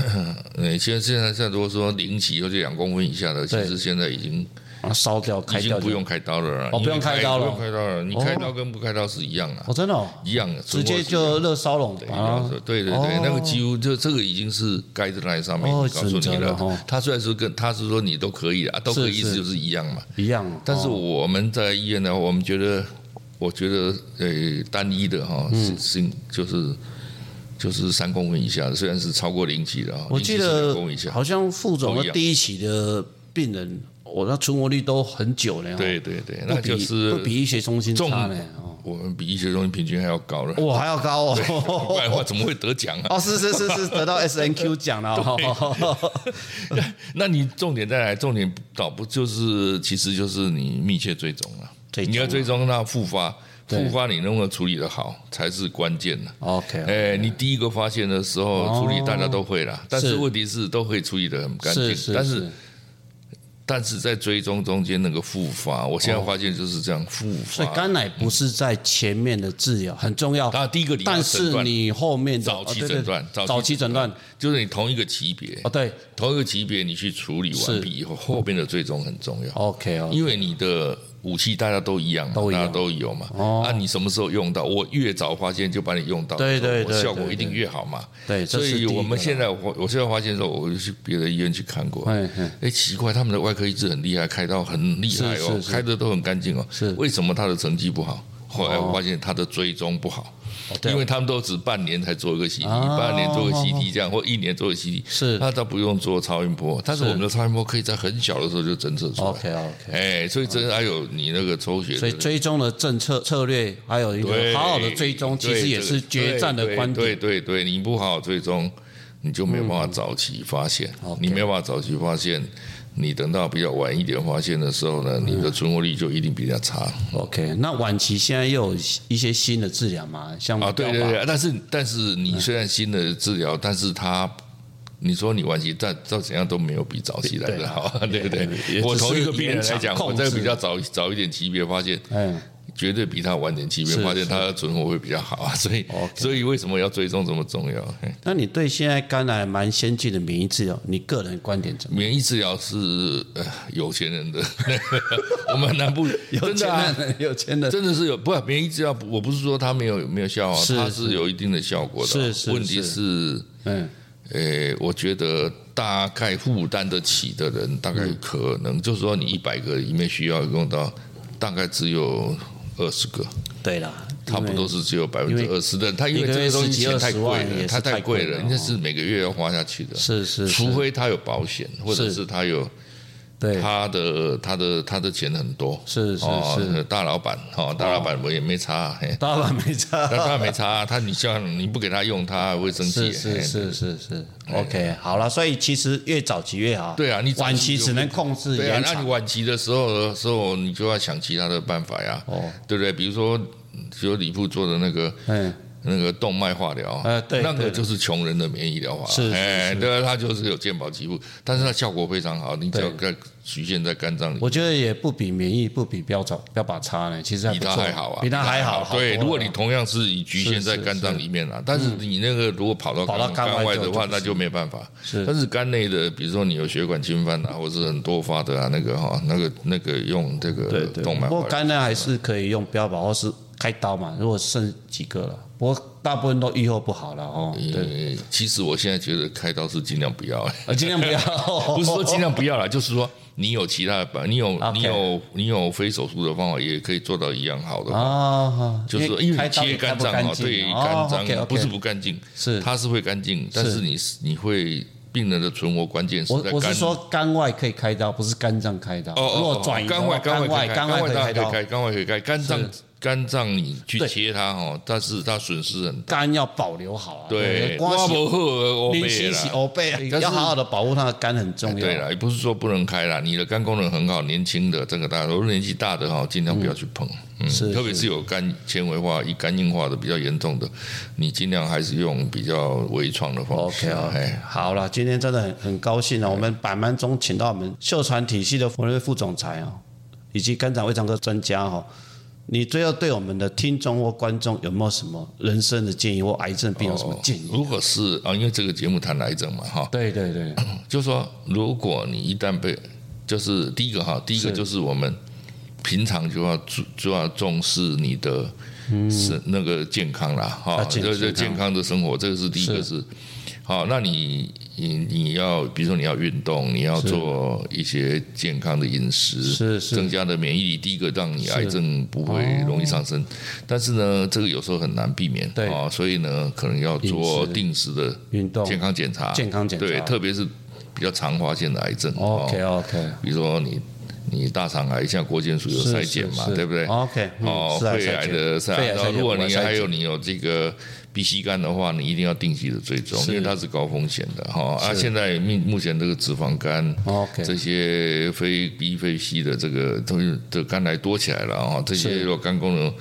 Speaker 2: 呃，现在现在现在如果说零级或者两公分以下的，其
Speaker 1: 对
Speaker 2: 实现在已经
Speaker 1: 把它烧掉、开
Speaker 2: 已
Speaker 1: 掉
Speaker 2: 经
Speaker 1: 就
Speaker 2: 不用开刀了啦。
Speaker 1: 哦
Speaker 2: 你
Speaker 1: 不用开刀了
Speaker 2: 不用开刀了。你
Speaker 1: 哦
Speaker 2: 开刀跟不开刀是一样的啊
Speaker 1: 哦，，真的哦，
Speaker 2: 一样的，
Speaker 1: 直接
Speaker 2: 存活是一样的
Speaker 1: 就热烧笼啊。
Speaker 2: 对对对
Speaker 1: 哦，
Speaker 2: 那个几乎就这个已经是 guideline 上面
Speaker 1: 哦
Speaker 2: 告诉你
Speaker 1: 准则了哦
Speaker 2: 了。他虽然说跟他是说你都可以啊，都可以
Speaker 1: 是
Speaker 2: 意思就是一样嘛。
Speaker 1: 一样哦，
Speaker 2: 但是我们在医院呢，我们觉得，我觉得呃单一的哈，是
Speaker 1: 嗯
Speaker 2: 是就是就是三公分以下的，虽然是超过零级的啊，
Speaker 1: 我记
Speaker 2: 零级是两
Speaker 1: 得
Speaker 2: 公分以下，
Speaker 1: 好像副总
Speaker 2: 都一
Speaker 1: 的
Speaker 2: 样
Speaker 1: 第一期的病人，我那存活率都很久了哦，
Speaker 2: 对对对，
Speaker 1: 不
Speaker 2: 那
Speaker 1: 比
Speaker 2: 就是
Speaker 1: 不比医学中心
Speaker 2: 重
Speaker 1: 差呢，哦
Speaker 2: 我们比医学中心平均还要高了，
Speaker 1: 哇还要高
Speaker 2: 不然的
Speaker 1: 哦。
Speaker 2: 话怎么会得奖啊？
Speaker 1: 哦，是是是是，得到 SNQ 奖了哦。
Speaker 2: 那你重点再来，重点倒不就是，其实就是你密切追踪了，
Speaker 1: 追踪啊
Speaker 2: 你要追踪那复发，
Speaker 1: 对
Speaker 2: 复发你能不能处理的好才是关键呢。
Speaker 1: OK，
Speaker 2: 哎，你第一个发现的时候处理大家都会啦，但
Speaker 1: 哦是
Speaker 2: 是问题是都会处理的很干净
Speaker 1: 是，是，
Speaker 2: 但是但是在追踪中间那个复发，我现在发现就是这样复
Speaker 1: 哦所以
Speaker 2: 发。
Speaker 1: 肝癌不是在前面的治疗很重要，
Speaker 2: 啊，第一个你要
Speaker 1: 但
Speaker 2: 诊
Speaker 1: 是
Speaker 2: 断，
Speaker 1: 你后面的
Speaker 2: 早期
Speaker 1: 哦对对
Speaker 2: 诊断早期
Speaker 1: 早期诊断
Speaker 2: 就是你同一个级别，
Speaker 1: 哦，对
Speaker 2: 同一个级别你去处理
Speaker 1: 是
Speaker 2: 完毕以后，后边的追踪很重要。
Speaker 1: ，OK 哦，
Speaker 2: 因为你的武器大家都一样嘛，
Speaker 1: 都一样
Speaker 2: 大家都有嘛。
Speaker 1: 哦
Speaker 2: 啊，你什么时候用到？我越早发现就把你用到，
Speaker 1: 对对
Speaker 2: 我
Speaker 1: 对
Speaker 2: 效果
Speaker 1: 对
Speaker 2: 一定越好嘛。
Speaker 1: 对，这
Speaker 2: 所
Speaker 1: 是第
Speaker 2: 以
Speaker 1: 一个
Speaker 2: 我们
Speaker 1: 啦
Speaker 2: 现在我我现在发现的时候，我就去别的医院去看过。
Speaker 1: 哎哎
Speaker 2: 哎，奇怪，他们的外科医治很厉害，开刀很厉害
Speaker 1: 是
Speaker 2: 哦
Speaker 1: 是，是
Speaker 2: 开的都很干净哦。
Speaker 1: 是哦
Speaker 2: 为什么他的成绩不好？后来我发现他的追踪不好，
Speaker 1: 对哦
Speaker 2: 因为他们都只半年才做一个 CT，、
Speaker 1: 啊
Speaker 2: 半年做个 CT 这样，或一年做个 CT，
Speaker 1: 是
Speaker 2: 那他不用做超音波，但是
Speaker 1: 是哦
Speaker 2: 我们的超音波可以在很小的时候就侦测出来。
Speaker 1: OK OK，
Speaker 2: 哎，所以真还有你那个抽血的，
Speaker 1: 嗯所以追踪的政策策略，还有一个
Speaker 2: 对
Speaker 1: 好好的追踪，其实也是决战的观
Speaker 2: 对
Speaker 1: 点。嗯
Speaker 2: 对对，对你不好好追踪，你就没有办法早期发现，
Speaker 1: OK
Speaker 2: 你没有办法早期发现，你等到比较晚一点发现的时候呢，
Speaker 1: 嗯
Speaker 2: 你的存活率就一定比较差
Speaker 1: OK，那晚期现在又有一些新的治疗嘛，像
Speaker 2: 啊。对对
Speaker 1: 标靶
Speaker 2: 对，但是但是
Speaker 1: 嗯
Speaker 2: 你虽然新的治疗，但是它。你说你晚期，但照怎样都没有比早期来
Speaker 1: 对
Speaker 2: 的
Speaker 1: 啊
Speaker 2: 好， 对不对
Speaker 1: 也也？
Speaker 2: 我
Speaker 1: 只是
Speaker 2: 同一个病人来
Speaker 1: 延长
Speaker 2: 讲，
Speaker 1: 控
Speaker 2: 我
Speaker 1: 制
Speaker 2: 这个比较早早一点级别发现，
Speaker 1: 嗯，
Speaker 2: 绝对比他晚点级别
Speaker 1: 是
Speaker 2: 发现，
Speaker 1: 是
Speaker 2: 他的存活会比较好啊。 所以
Speaker 1: OK，
Speaker 2: 所以为什么要追踪这么重要？嘿
Speaker 1: 那你对现在肝癌蛮先进的免疫治疗，你个人观点怎么
Speaker 2: 免疫治疗是呃有钱人的， 我们南部
Speaker 1: 样？
Speaker 2: 真的、啊、
Speaker 1: 人，有钱人，
Speaker 2: 真的是有不免疫治疗，我不是说它没有没有效啊，
Speaker 1: 是
Speaker 2: 它
Speaker 1: 是
Speaker 2: 是有一定的效果的啊。
Speaker 1: 是是
Speaker 2: 问题是，
Speaker 1: 嗯，
Speaker 2: 呃，我觉得大概负担得起的人，大概可能、就是说你一百个里面需要用到，大概只有二十个。
Speaker 1: 对啦，
Speaker 2: 差不多是只有百分
Speaker 1: 因
Speaker 2: 之
Speaker 1: 为
Speaker 2: 二十的，他因
Speaker 1: 一
Speaker 2: 为
Speaker 1: 个
Speaker 2: 这
Speaker 1: 月
Speaker 2: 些东
Speaker 1: 十几
Speaker 2: 西钱太
Speaker 1: 20
Speaker 2: 贵
Speaker 1: 万也
Speaker 2: 了，
Speaker 1: 是
Speaker 2: 它
Speaker 1: 太
Speaker 2: 太
Speaker 1: 贵
Speaker 2: 贵
Speaker 1: 了哦
Speaker 2: 了，应该是每个月要花下去的。
Speaker 1: 是是是
Speaker 2: 除非他有保险，或者
Speaker 1: 是
Speaker 2: 是他有
Speaker 1: 对，
Speaker 2: 他的他的他的钱很多，
Speaker 1: 是是是，
Speaker 2: 哦，大老板哦，大老板我也没差，嘿，
Speaker 1: 大碗没差。
Speaker 2: 但他 没差，他你像你不给他用，他会生
Speaker 1: 是
Speaker 2: 气，
Speaker 1: 是
Speaker 2: 嘿
Speaker 1: 是是是，OK，好了，所以其实越早期越好。
Speaker 2: 哎对啊你早期
Speaker 1: 晚期只能控制
Speaker 2: 对啊
Speaker 1: 延，
Speaker 2: 那
Speaker 1: 长
Speaker 2: 你。晚期的时候的时候，你就要想其他的办法呀，
Speaker 1: 哦，
Speaker 2: 对不对？比如说，比如李富做的那个
Speaker 1: 嗯，
Speaker 2: 那个动脉化疗，
Speaker 1: 呃对
Speaker 2: 那个
Speaker 1: 对
Speaker 2: 就是穷人的免疫疗法，
Speaker 1: 是是
Speaker 2: 哎，
Speaker 1: 是
Speaker 2: 对啊，它就是有健保给付，但是它效果非常好，你只要在局限在肝脏里，
Speaker 1: 我觉得也不比免疫不比标靶标靶差呢，其实还
Speaker 2: 比
Speaker 1: 不
Speaker 2: 它
Speaker 1: 错，
Speaker 2: 还好啊，
Speaker 1: 比它还好。好多
Speaker 2: 对，
Speaker 1: 了
Speaker 2: 如果你同样是以局限在肝脏里面啊，但是你那个如果跑到
Speaker 1: 跑到
Speaker 2: 肝
Speaker 1: 肝
Speaker 2: 外
Speaker 1: 外
Speaker 2: 的
Speaker 1: 就
Speaker 2: 话，
Speaker 1: 就不
Speaker 2: 那就没办法。
Speaker 1: 是
Speaker 2: 但是肝内的，比如说你有血管侵犯啊，或是很多发的啊，那个哈，那个那个用这个
Speaker 1: 对对，
Speaker 2: 呃动脉
Speaker 1: 不过
Speaker 2: 化疗，
Speaker 1: 肝呢还是可以用标靶或是开刀嘛，如果剩几个了，不过大部分都愈后不好了哦。对，
Speaker 2: 呃其实我现在觉得开刀是尽量不要，
Speaker 1: 呃，尽量不要，
Speaker 2: 不是说尽量不要啦，就是说你有其他的办，你有
Speaker 1: OK
Speaker 2: 你有你有非手术的方法，也可以做到一样 好的话。
Speaker 1: 啊，
Speaker 2: 就是说因为你切肝脏哈，对肝脏啊不是不干净，
Speaker 1: 哦是
Speaker 2: 它是会干净，但是你你会病人的存活关键是
Speaker 1: 我
Speaker 2: 在
Speaker 1: 我
Speaker 2: 肝
Speaker 1: 是。说肝外可以开刀，不是肝脏开刀。
Speaker 2: 哦
Speaker 1: 如
Speaker 2: 哦
Speaker 1: 果转
Speaker 2: 哦，
Speaker 1: 移
Speaker 2: 肝外
Speaker 1: 肝
Speaker 2: 外
Speaker 1: 肝
Speaker 2: 外
Speaker 1: 可以
Speaker 2: 当然
Speaker 1: 开
Speaker 2: 可以
Speaker 1: 刀，
Speaker 2: 开，肝外可以开，肝脏
Speaker 1: 是
Speaker 2: 肝脏你去
Speaker 1: 对
Speaker 2: 切它哦，但是它损失很大。
Speaker 1: 肝要保留好啊。
Speaker 2: 对，
Speaker 1: 刮
Speaker 2: 刮
Speaker 1: 洗
Speaker 2: 不后欧
Speaker 1: 你
Speaker 2: 贝
Speaker 1: 洗洗
Speaker 2: 啦。
Speaker 1: 欧背啊，
Speaker 2: 但是哎
Speaker 1: 要好好的保护它的肝很重要。
Speaker 2: 对啦，也不是说不能开啦，你的肝功能很好，年轻的这个大家，如果年纪大的哈，尽量不要去碰。嗯，
Speaker 1: 是
Speaker 2: 特别是有肝纤维化、一肝硬化的比较严重的，你尽量还是用比较微创的方式。
Speaker 1: OK
Speaker 2: 哎
Speaker 1: OK，好了，今天真的很很高兴啊！我们百忙中请到我们秀传体系的冯瑞副总裁啊，以及肝胆胃肠科专家哈、你最后对我们的听众或观众有没有什么人生的建议或癌症病有什
Speaker 2: 哦
Speaker 1: 么建议？
Speaker 2: 如果是啊，因为这个节目谈癌症嘛，哈，
Speaker 1: 对对对，
Speaker 2: 就说如果你一旦被，就是第一个哈，第一个
Speaker 1: 是
Speaker 2: 就是我们平常就要注就要重视你的是那个健康啦，哈，
Speaker 1: 啊嗯健
Speaker 2: 这这
Speaker 1: 健康
Speaker 2: 健康的生活，这个是第一个是。好，那你你你要，比如说你要运动，你要
Speaker 1: 是
Speaker 2: 做一些健康的饮食，
Speaker 1: 是是
Speaker 2: 增加的免疫力。第一个让你癌症不会容易上升，但是呢，这个有时候很难避免，
Speaker 1: 哦对
Speaker 2: 啊，所以呢，可能要做
Speaker 1: 饮食
Speaker 2: 定时的
Speaker 1: 运动
Speaker 2: 健康检查，
Speaker 1: 健康检查
Speaker 2: 对，特别是比较常发现的癌症
Speaker 1: OK
Speaker 2: 哦，
Speaker 1: OK，
Speaker 2: 比如说你你大肠癌，像国健署有筛检嘛，对不对？
Speaker 1: ？OK，嗯
Speaker 2: 哦，
Speaker 1: 是啊
Speaker 2: 肺
Speaker 1: 是啊
Speaker 2: 癌
Speaker 1: 是啊
Speaker 2: 的筛
Speaker 1: 肺癌
Speaker 2: 检，然后
Speaker 1: 筛检
Speaker 2: 如果
Speaker 1: 我们
Speaker 2: 你
Speaker 1: 筛
Speaker 2: 还有
Speaker 1: 检
Speaker 2: 你有这个 B C 肝的话，你一定要定期的追踪，
Speaker 1: 是
Speaker 2: 因为它是高风险的哈。啊，现在目目前这个脂肪肝。
Speaker 1: OK，
Speaker 2: 这些非 B 非 C 的这个都是的肝癌多起来了啊、这些
Speaker 1: 是
Speaker 2: 如果肝功能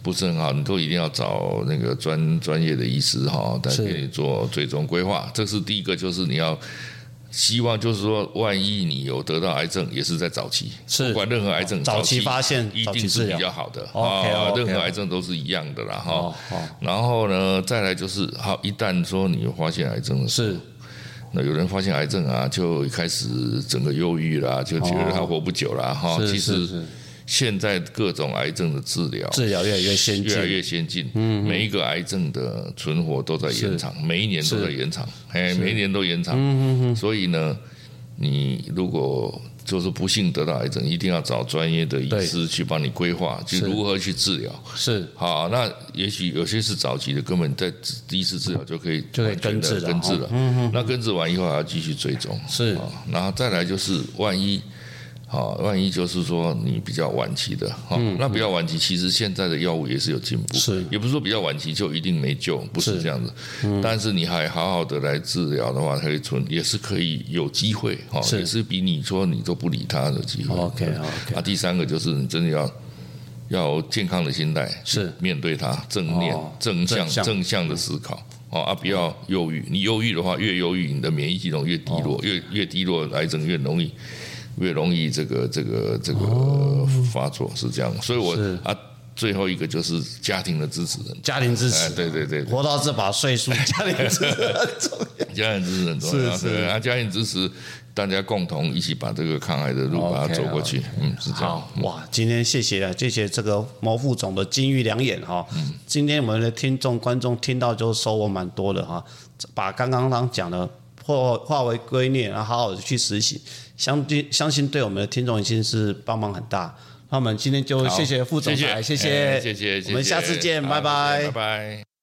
Speaker 2: 不是很好，你都一定要找那个专专业的医师哈、来
Speaker 1: 是
Speaker 2: 给你做最终规划。这是第一个，就是你要希望，就是说，万一你有得到癌症，也是在早期，
Speaker 1: 是哦
Speaker 2: 不管任何癌症，
Speaker 1: 早
Speaker 2: 期
Speaker 1: 期发现
Speaker 2: 一
Speaker 1: 早期
Speaker 2: 定是
Speaker 1: 治疗
Speaker 2: 比较好的啊
Speaker 1: OK，OK，OK
Speaker 2: 任何癌症都是一样的啦哈。
Speaker 1: 哦哦
Speaker 2: 然后呢，再来就是好，一旦说你有发现癌症的时候
Speaker 1: 是
Speaker 2: 那有人发现癌症啊，就开始整个忧郁啦，就觉得他活不久啦。哈、
Speaker 1: 哦是
Speaker 2: 其
Speaker 1: 是
Speaker 2: 实
Speaker 1: 是，
Speaker 2: 现在各种癌症的治疗。
Speaker 1: 治疗越来越先
Speaker 2: 越来
Speaker 1: 进，
Speaker 2: 越先进，嗯，每一个癌症的存活都在延长，每一年都在延长，哎，每一年都延长，嗯所以呢，你如果就是不幸得到癌症，一定要找专业的医
Speaker 1: 对
Speaker 2: 师去帮你规划，去如何去治疗。
Speaker 1: 是
Speaker 2: 好，那也许有些是早期的，根本在第一次治疗就可以
Speaker 1: 就可以
Speaker 2: 完全
Speaker 1: 根治
Speaker 2: 的
Speaker 1: 了哦嗯
Speaker 2: 根治了。那根治完以后还要继续追踪，
Speaker 1: 是
Speaker 2: 啊然后再来就是万一。啊，万一就是说你比较晚期的哈，那比较晚期，其实现在的药物也是有进
Speaker 1: 嗯
Speaker 2: 步，
Speaker 1: 是
Speaker 2: 也不是说比较晚期就一定没救，不是
Speaker 1: 是嗯
Speaker 2: 这样子。但是你还好好的来治疗的话，可以存也是可以有机会哈，
Speaker 1: 是
Speaker 2: 也是比你说你都不理他的机会。
Speaker 1: OK
Speaker 2: 啊，
Speaker 1: OK，
Speaker 2: 第三个就是你真的要要有健康的心态，
Speaker 1: 是
Speaker 2: 面对它，正念、
Speaker 1: 哦
Speaker 2: 正向、
Speaker 1: 正向
Speaker 2: 正向的思考。哦啊，不要忧郁，你忧郁的话，越忧郁，你的免疫系统越低
Speaker 1: 哦
Speaker 2: 落，越越低落，癌症越容易。越容易这个这个这个发作是这样，所以我
Speaker 1: 哦是
Speaker 2: 啊最后一个就是家庭的支持人，
Speaker 1: 家庭支
Speaker 2: 哎
Speaker 1: 持，
Speaker 2: 对对对，
Speaker 1: 活到这把岁 数，家庭支持很重要。
Speaker 2: 家人支持很重要，
Speaker 1: 是是
Speaker 2: 对啊，家人支持大家共同一起把这个抗癌的路把它
Speaker 1: OK，
Speaker 2: 走过去
Speaker 1: OK
Speaker 2: 嗯，是这样
Speaker 1: 好。哇，今天谢谢啊，谢谢这个毛副总的金玉良言哈、
Speaker 2: 嗯
Speaker 1: 今天我们的听众观众听到就收获蛮多的哈、把刚刚刚讲的破化为圭臬，然后好好的去实行，相信相信对我们的听众已经是帮忙很大。那我们今天就
Speaker 2: 好
Speaker 1: 谢谢副总裁，
Speaker 2: 谢谢，哎谢
Speaker 1: 谢
Speaker 2: 谢，
Speaker 1: 我们下次见，
Speaker 2: 好
Speaker 1: 拜
Speaker 2: 再见拜拜。